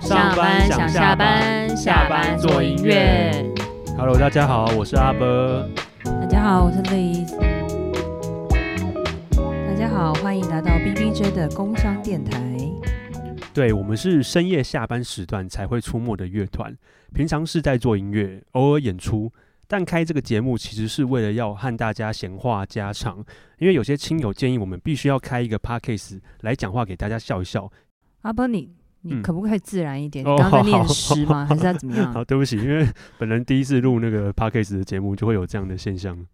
上班想下班，下班做音乐。 Hello，大家好，我是阿伯。大家好，我是 Liz。大家好，欢迎来到 B B J 的工商电台。对我们是深夜下班时段才会出没的乐团，平常是在做音乐，偶尔演出。但开这个节目其实是为了要和大家闲话家常，因为有些亲友建议我们必须要开一个 podcast 来讲话给大家笑一笑。阿波，你你嗯可不可以自然一点？哦你刚刚在好念好 诗吗？还是要怎么好，样？对不起，因为本人第一次录那个 podcast 的节目，就会有这样的现象。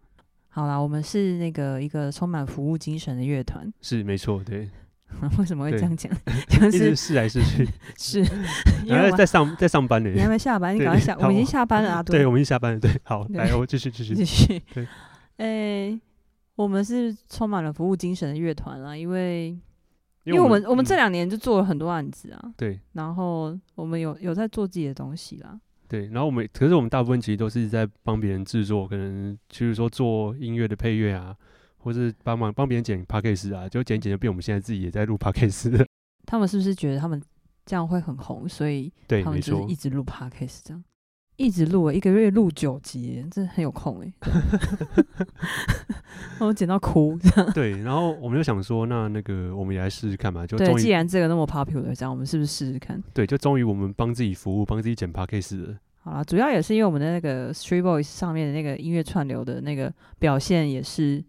好啦，我们是那个一个充满服务精神的乐团。 是没错，对，为什么会这对样讲？ 就一直是试来试去， 是，因然为后我在上在上班呢你。还没下班，你对赶快下，我们已经好下班了啊。对，我们已经下班了。对，好，对来，我继续继续继。续对。诶，我们是充满了服务精神的乐团啦，因为因因为我们我们这嗯两年就做了很多案子啊，对然后我们有有在做自己的东西啦。对，然后我们可是我们大部分其实都是在帮别人制作，可能譬如说做音乐的配乐啊，或是帮忙帮别人剪 p a c k a g e 啊，就剪一剪就变我们现在自己也在录 p a c k a g e 他们是不是觉得他们这样会很红，所以 对，他没们就是错一，直录 podcast 这样，一直录欸，一个月录九集欸，真的很有空哎、欸， 我剪到哭这样。对。然后我们就想说，那那个我们也来试试看嘛，就对，终既于然这个那么 popular，这样我们是不是试试看？对，就终于我们帮自己服务，帮自己剪 p a c k a g e 了。好啦，主要也是因为我们的那个 Street Boys 上面的那个音乐串流的那个表现也是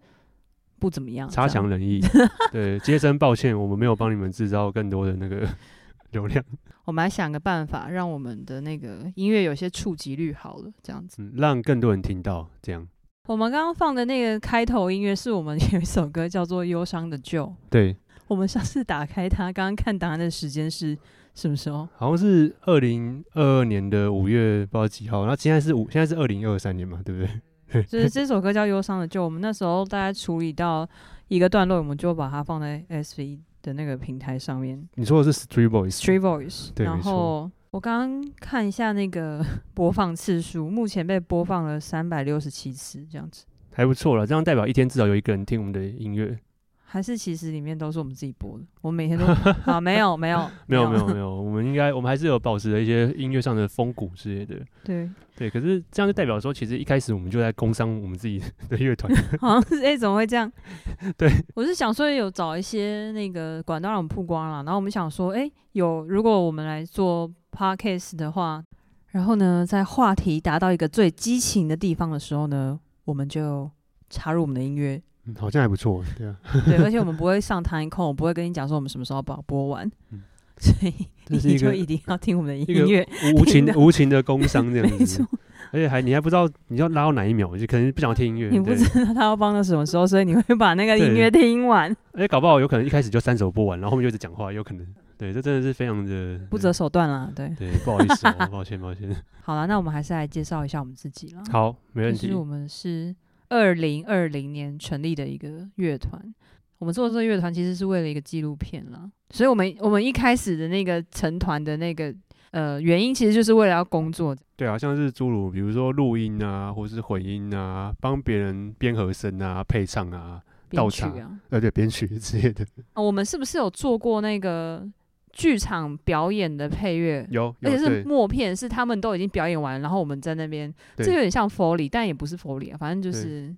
不怎么样，差哦这样强人意。 对，杰森，抱歉，我们没有帮你们制造更多的那个 流量，我们来想个办法，让我们的那个音乐有些触及率好了，这样子。嗯让更多人听到。这样，我们刚刚放的那个开头音乐是我们 有一首歌叫做《忧伤的旧》。对，我们上次打开它，刚刚看答案的时间是什么时候？好像是二零二二年的五月不知道几号，那现在是五，现在是二零二三年嘛，对不对？就是这首歌叫《忧伤的就》，我们那时候大概处理到一个段落，我们就把它放在 SV 的那个平台上面 你说的是 Street Boys， ，Street Voice。对然没错后我刚刚看一下那个 播放次数，目前被播放了三百六十七次，这样子。还不错了，这样代表一天至少有一个人听我们的音乐。还是其实里面都是我们自己播的，我每天都 啊没有没有没有没有没有，我们应该我们还是有保持了一些音乐上的风骨之类的。对，对，可是这样就代表说，其实一开始我们就在工商我们自己的乐团。？好像是哎、怎么会这样 对，我是想说有找一些那个管道让我们曝光了，然后我们想说，哎、有如果我们来做 podcast 的话，然后呢，在话题达到一个最激情的地方的时候呢，我们就插入我们的音乐。 嗯好像还不错，对啊，对，而且我们不会上 time 控，我不会跟你讲说我们什么时候把它播完，嗯所以这是你一就个一定要听我们的一个音乐。无无情 听到无情的工商这样没子错，，而且还你还不知道你要拉到哪一秒，就可能不想听音乐，你不对知道他要放到什么时候，所以你会把那个对音乐听完，而且搞不好有可能一开始就三首播完，然后后面就一直讲话，有可能。对，这真的是非常的不择嗯手段啦。对，对，不好意思、哦， 抱歉，抱歉。好了，那我们还是来介绍一下我们自己啦。好，没问就题是。我们是二零二零年成立的一个乐团。我们做这个乐团其实是为了一个纪录片啦，所以我们我们一开始的那个成团的那个呃原因，其实就是为了要工作。对啊，像是诸如比如说录音啊，或是混音啊，帮别人编和声啊、配唱啊，编倒曲插啊、呃，对，编曲之类的，呃我们是不是有做过那个剧场表演的配乐？有而有且是对默片，是他们都已经表演完，然后我们在那边，对这有点像 Foley，但也不是 Foley 啊，反正就对是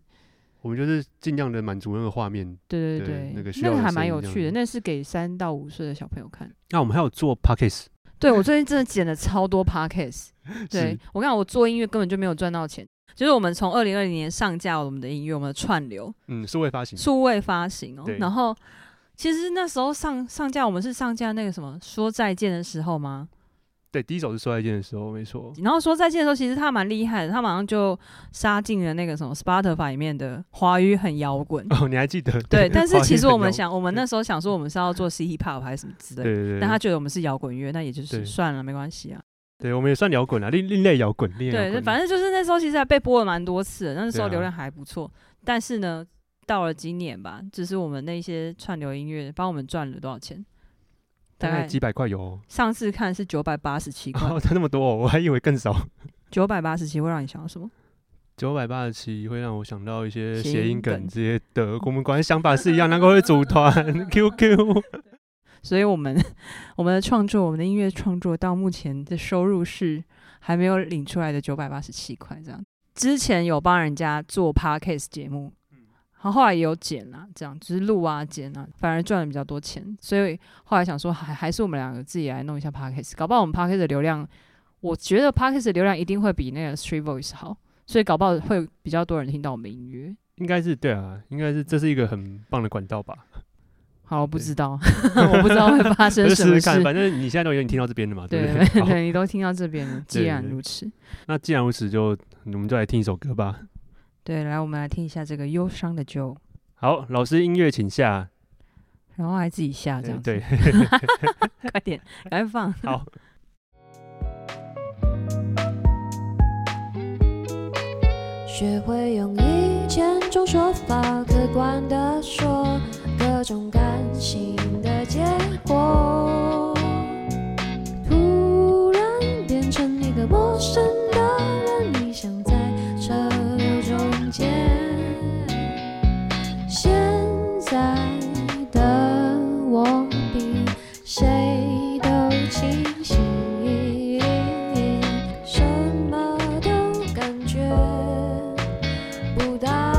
我们就是尽量的满足那个画面。对对对对，那个需那要个的还声蛮音有这样趣的，子那是给三到五岁的小朋友看。那我们还有做 podcast，对我最近真的剪了超 多 podcast，对是我跟你讲，我做音乐根本就没有赚到钱。就是我们从二零二零年上架我们的音乐，我们的串流嗯，数位发行，数位发行哦对。然后其实那时候上上架，我们是上架那个什么说再见的时候吗？对，第一首是说再见的时候，没错，然后说再见的时候，其实他蛮厉害的，他马上就杀进了那个什么 Spotify 里面的华语很摇滚。哦，你还记得？对，但是其实我们想，想，我们那时候想说我们是要做 City Pop 还是什么之 类对的，对对，但他觉得我们是摇滚乐，那也就对是算了，没关系啊。对我们也算摇滚啊，另另类摇滚，另类摇对，滚，反正就是那时候其实还被播了蛮多次的，那时候对啊流量还不错。但是呢，到了今年吧，就是我们那些串流音乐帮我们赚了多少钱？大大概概几百块有哦。上次看是九百八十七块，哦，他那么多、哦，我还以为更少。九百八十七会让你想到什么？九百八十七会让我想到一些谐谐音音梗 梗这些的，我们果然想法是一样，难怪会组团。QQ，所以我们我们的创作，我们的音乐创作到目前的收入是还没有领出来的九百八十七块这样。之前有帮人家做 podcast 节目，嗯然后后来也有剪啊，这样就是录啊剪啊，反而赚了比较多钱。所以后来想说，还还是我们两个自己来弄一下 podcast，搞不好我们 podcast 的流量，我觉得 podcast 的流量一定会比那个 Street Voice 好，所以搞不好会比较多人听到我们音乐。应该是对啊，应该是这是一个很棒的管道吧？好，我不知道， 我不知道会发那生就什试么试事看，。反正你现在都已经听到这边了嘛，对不对对？ 好，对，你都听到 这边了。既对然对如此，那既然如此就，我们就来听一首歌吧。对，来我们来听一下这个忧伤的酒，好，老师音乐请下。然后还自己下啊这对样子。对， 快点，赶快放。好。学会用以前种说法，客观的说各种感性的结果，突然变成一个陌生的人，你想在车流中间，现在的我比谁都清醒，什么都感觉不到。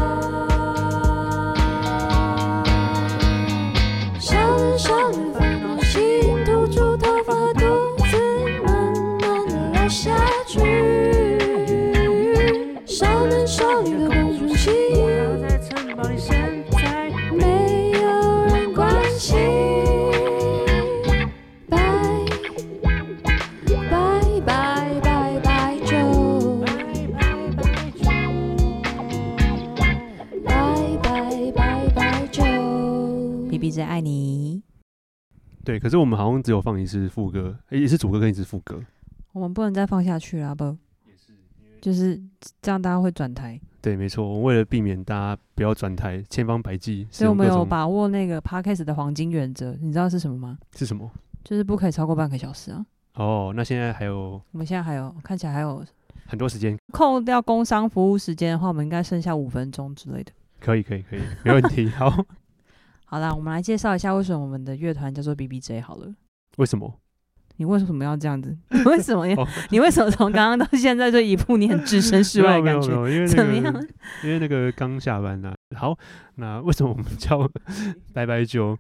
小人少女烦恼，吸引吐出头发，独自慢慢地聊下去。少男少女的公主吸引。没有人关心。拜拜拜拜拜就，拜拜拜拜就。 B B 在爱你，对，可是我们好像只有放一次副歌，诶一次主歌跟一次副歌。我们不能再放下去了，不？就是这样，大家会转台，对，没错，我为了避免大家不要转台，千方百计使所以我用们各有种把握那个 podcast 的黄金原则，你知道是什么吗？是什么？就是不可以超过半个小时啊。哦，那现在还有我们现在还有看起来还有很多时间，扣掉工商服务时间的话，我们应该剩下五分钟之类的。可以，可以，可以， 没问 题。好，好啦，我们来介绍一下为什么我们的乐团叫做 B B J 好了。为什 么？你为什么要这样 子？你为什么要？哦你为什么从刚刚到现在就一步你很置身事没外有的没感有觉？没有因为怎么那 个样？因为那个刚下班呐、好，那为什么我们 叫拜拜酒？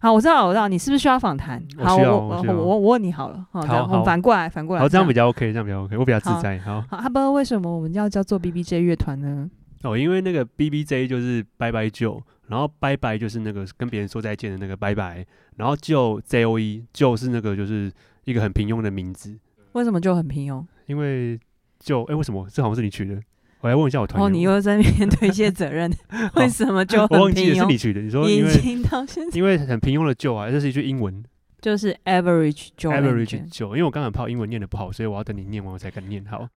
好，我知道，我知道，你是不是需要访谈？我好，需要我我我需要我问你好了，好，这样好我们好反过来，反过来，好，这样比较 OK，这样比较 OK，我比较自好在。好，好。阿波，为什么我们要叫做 B B J 乐团呢？哦，因为那个 B B J 就是拜拜舅，然后拜拜就是那个跟别人说再见的那个拜拜，然后舅 J O E 舅是那个就是一个很平庸的名字，为什么就很平庸？因为舅哎、为什么这好像是你取的？我来问一下我团哦，员，你又在那边推卸 责任，为什么就我很忘记平了是你庸？取的，你说你因已为经到现 在因为很平庸的舅啊，这是一句英文就是 average Joe average Engine 舅，因为我刚刚很怕我英文念的不好，所以我要等你念完我才敢念好。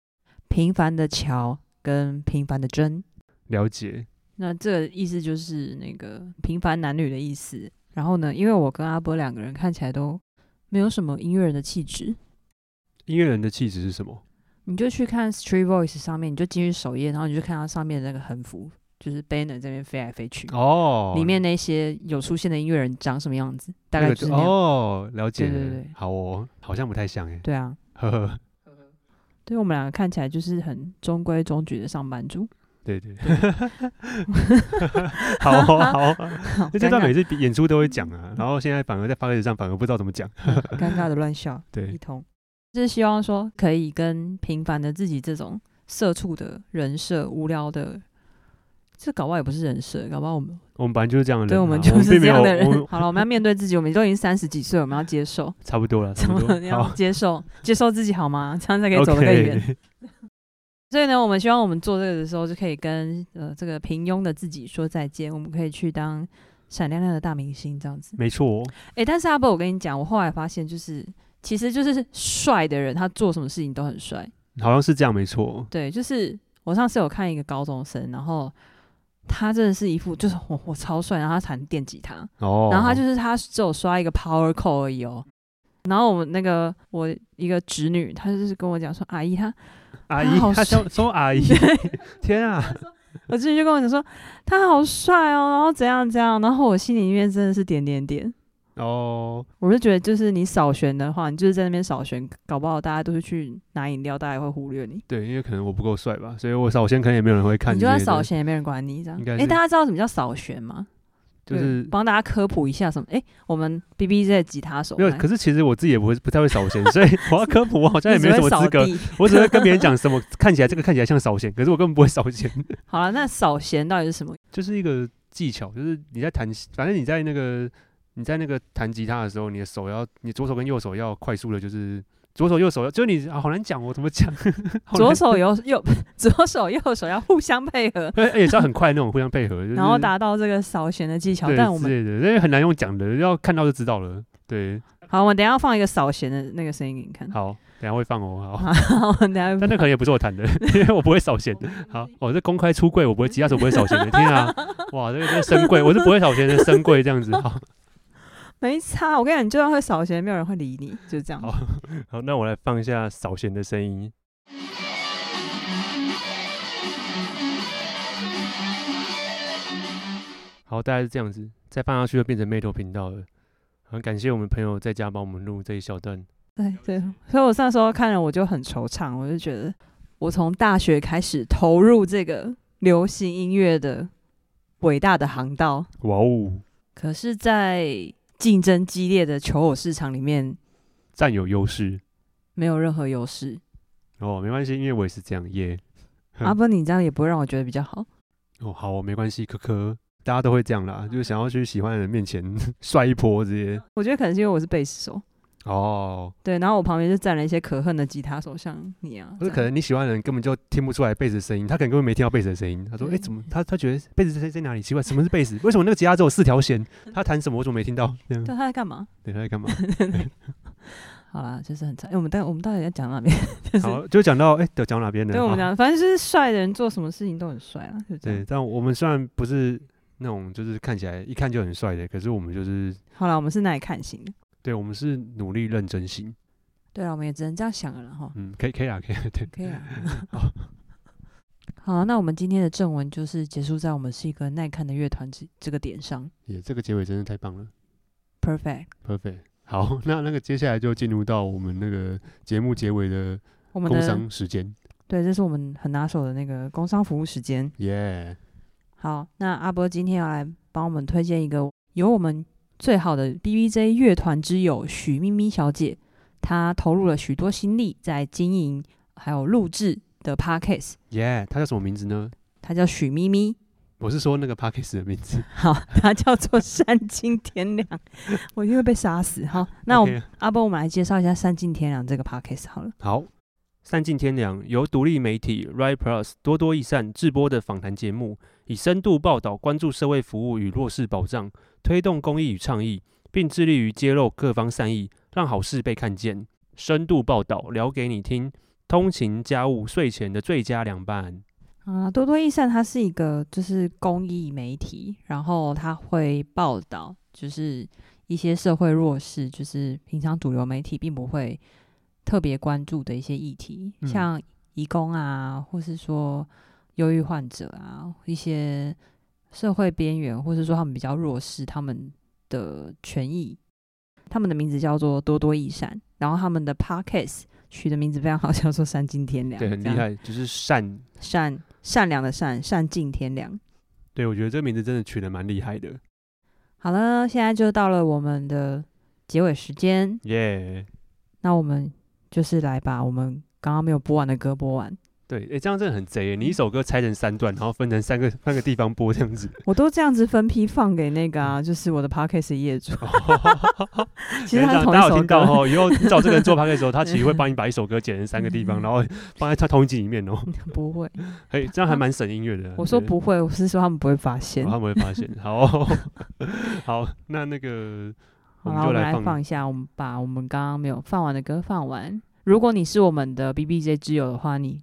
平凡的乔跟平凡的真，了解，那这个意思就是那个平凡男女的意思。然后呢，因为我跟阿波两个人看起来都没有什么音乐人的气质，音乐人的气质是什么？你就去看 Street Voice 上面，你就进去首页，然后你就看它上面的那个横幅，就是 banner 这边飞来飞去，哦，里面那些有出现的音乐人长什么样子，大概那个就是就那样。哦，了解，对对对好哦，好像不太像哎，对啊，呵呵，对我们两个看起来就是很中规中矩的上班 族。对 对，好哦好哦，好那这尴段每尬次比演出都会讲啊，然后现在反而在发 o 上反而不知道怎么讲，尴尬的乱笑一对，通，就是希望说可以跟平凡的自己这种社畜的人设、无聊的，这搞不好也不是人设，搞不好我们我们本来就是这样的人啊，对我我们就是并这没样有的我人。们好了，我们要面对自己，我们都已经三十几岁，我们要接受。差不 多了，怎差不么多，样好接受接受自己好吗？这样才可以走得更远。 ，OK，所以呢，我们希望我们做这个的时候，就可以跟呃这个平庸的自己说再见，我们可以去当闪亮亮的大明星这样子。没错，哦诶，但是阿伯，我跟你讲，我后来发现，就是其实就是帅的人，他做什么事情都很帅。好像是这样，没错，对，就是我上次有看一个高中生，然后他真的是一副就是我我超帅，然后他弹电吉他，哦，然后他就是他只有刷一个 power call 而已哦。然后我们那个我一个侄女，她就是跟我讲说，阿姨她，阿他啊好姨，他帅说说阿姨，天啊， 我侄女就跟我讲说他好帅哦，然后怎样怎样，然后我心里面真的是点点点， 哦，我是觉得，就是你少选的话，你就是在那边少选，搞不好大家都是去拿饮料，大家也会忽略你。对，因为可能我不够帅吧，所以我扫先可能也没有人会看你之就类的。算扫弦也没人管你，这样应该。哎、是大家知道什么叫扫弦吗？就是对帮大家科普一下什么？哎、我们 B B 这吉他手没有，可是其实我自己也不会不太会扫弦，所以我要科普，我好像也没 你什么只会资扫格，地。我只会跟别人讲什么看起来这个看起来像扫弦，可是我根本不会扫 弦，好了，那扫弦到底是什么？就是一个技巧，就是你在弹，反正你在那个你在那个弹吉他的时候，你的手要你左手跟右手要快速的，就是左手右手要，就是你、啊、好难讲，我怎么 讲？ 好难左手右右 左手右手要互相配合，而且是要很快那种互相配合，就是、然后达到这个扫弦的技巧。对但我之们类的，因为很难用讲的，要看到就知道了。对，好，我们等一下放一个扫弦的那个声音给你看。好，等一下会放哦，好。 好，我们等一下 但那可能也不是我弹的，因为我不会扫弦。好，我、这公开出柜，我不会吉他手不会扫弦的。天啊，哇，这个真深柜，我是不会扫弦的深柜这样子。好， 没差。我跟你讲，你就算会扫弦，没有人会理你，就这样。好 好，那我来放一下扫弦的声音。好，大概是这样子，再放下去就变成 Metal 频道了。很感谢我们朋友在家帮我们录这一小段。对对，所以我那时候看了我就很惆怅，我就觉得我从大学开始投入这个流行音乐的伟大的航道，哇哦，可是，在竞争激烈的求偶市场里面，占有优势没有任何优势。哦，没关系，因为我也是这样耶。嗯阿波，你这样也啊不会让我觉得比较好。哦，好哦，没关系，科科，大家都会这样啦，就是想要去喜欢的人面前 帅一波这些。我觉得可能是因为我是贝斯手，哦，对，然后我旁边就站了一些可恨的吉他手，像你啊，或者这样可能你喜欢的人根本就听不出来贝斯的声音，他可能根本没听到贝斯的声音。他说：“哎、对怎么？他他觉得贝斯在在哪里？奇怪，什么是贝斯？为什么那个吉他只有四条 弦？他弹什么我怎么没听到？”这样，对他在干嘛？对，他在干 嘛？好啦，就是很惨。哎、我们到我们到底在讲 哪边？就是好，就讲到哎，得、讲哪边呢？对我好们讲，反正就是帅的人做什么事情都很帅啊啦，就这样对，。但我们虽然不是那种就是看起来一看就很帅的，可是我们就是好了，我们是耐看型的。对，我们是努力认真型。对啊了，我们也只能这样想了啦，然后嗯，可以，可以啊，可以啊， 对，可以了。嗯 好，那我们今天的正文就是结束在我们是一个耐看的乐团这这个点上也这个结尾真是太棒了。 ，perfect。 Perfect。好， 那那个接下来就进入到我们那个节目结尾的我们工的商时间，对，这是我们很拿手的那个工商服务时间。耶！好，那阿波今天要来帮我们推荐一个由我们最好的 BBJ 乐团之友许咪咪小姐，她投入了许多心力在经营还有录制的 podcast，耶，他叫什么名字呢？她叫许咪咪。我是说那个 Parkes 的名字。好，它叫做山金天良，我一定会被杀死。好， 那我 OK 阿波，我们来介绍一下山金天良这个 podcast 好了。好，散尽天良由独立媒体 Right Plus 多多益善制播的访谈节目，以深度报道关注社会服务与弱势保障，推动公益与倡议，并致力于揭露各方善意，让好事被看见。深度报道聊给你听，通勤、家务、睡前的最佳凉拌。啊，多多益善它是一个就是公益媒体，然后它会报道就是一些社会弱势，就是平常主流媒体并不会特别关注的一些议题，嗯像移工啊，或是说忧郁患者啊，一些社会边缘，或是说他们比较弱势，他们的权益，他们的名字叫做多多益善，然后他们的 podcast 取的名字非常好，叫做三金天良，对，很这厉样害，就是善善善良的善，善尽天良。对，我觉得这个名字真的取得蛮厉害的，好了，现在就到了我们的结尾时间，耶、那我们就是来把我们刚刚没有播完的歌播完。对，诶，这样真的很贼耶！你一首歌拆成三段，然后分成三个三个地方播这样子。我都这样子分批放给那个啊，就是我的 podcast 的业哦主， 其实原来它是这样哎大同一家有首听到歌。哦，以后你找这个人做拍的时候，他其实会帮你把一首歌剪成三个地嗯方，然后放在他同一集里面哦。 不会，嘿，这样还蛮省音乐的。啊我说对不会，我是说他们不会发现。哦他们会发现。好，好，那那个我好们就啦，我们来来放放一下，我们把我们刚刚没有放完的歌放完。如果你是我们的 B B J 之友的话，你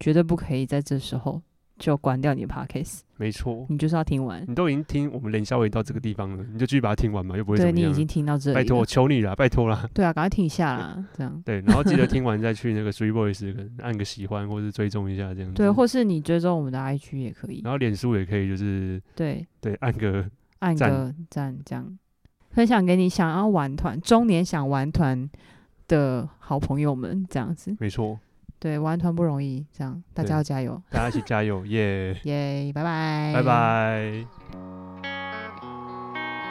绝对不可以在这时候就关掉你的 podcast，没错，你就是要听完。你都已经听我们连消伟到这个地方了，你就继续把它听完嘛，又不会怎对么你样已了。经听到这里了，拜托，我求你了，拜托啦。对啊，赶快听一下啦，这样。对，嗯然后记得听完再去那个 Three Boys 可能按个喜欢或是追踪一下这样子。对，或是你追踪我们的 IG 也可以然，后脸书也可以就是对，对按个按赞个赞这样。分享给你想要玩团、中年想玩团的好朋友们，这样子。没错，对，玩团不容易，这样大对家要加油，大家一起加油，耶！耶！拜拜，拜。拜。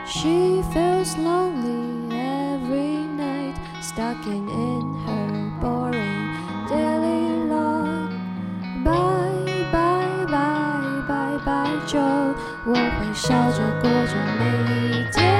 She feels lonely every night, stuck in, in her boring daily log. Bye bye bye bye bye Joe，我会笑着过着每一天。